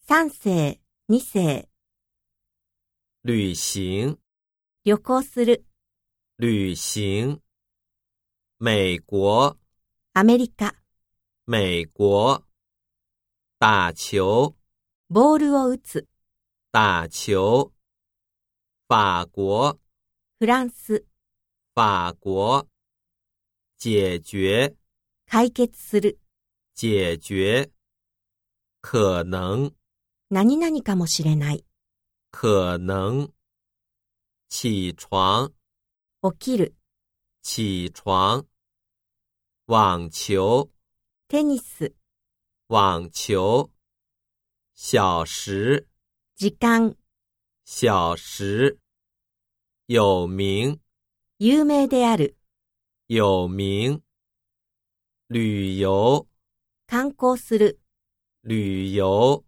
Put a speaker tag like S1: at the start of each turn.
S1: 三世、二世、
S2: 旅行，
S1: 旅行する、
S2: 旅行。美国，
S1: アメリカ、
S2: 美国。打球，
S1: ボールを打つ、
S2: 打球。法国，
S1: フランス、
S2: 法国。解决，
S1: 解決する、
S2: 解决。可能，
S1: 何々かもしれない、
S2: 可能。起床，
S1: 起きる、
S2: 起床。网球，
S1: テニス、
S2: 网球。小时，
S1: 時間、
S2: 小时。有名，
S1: 有名である、
S2: 有名。旅游，
S1: 観光する、
S2: 旅游。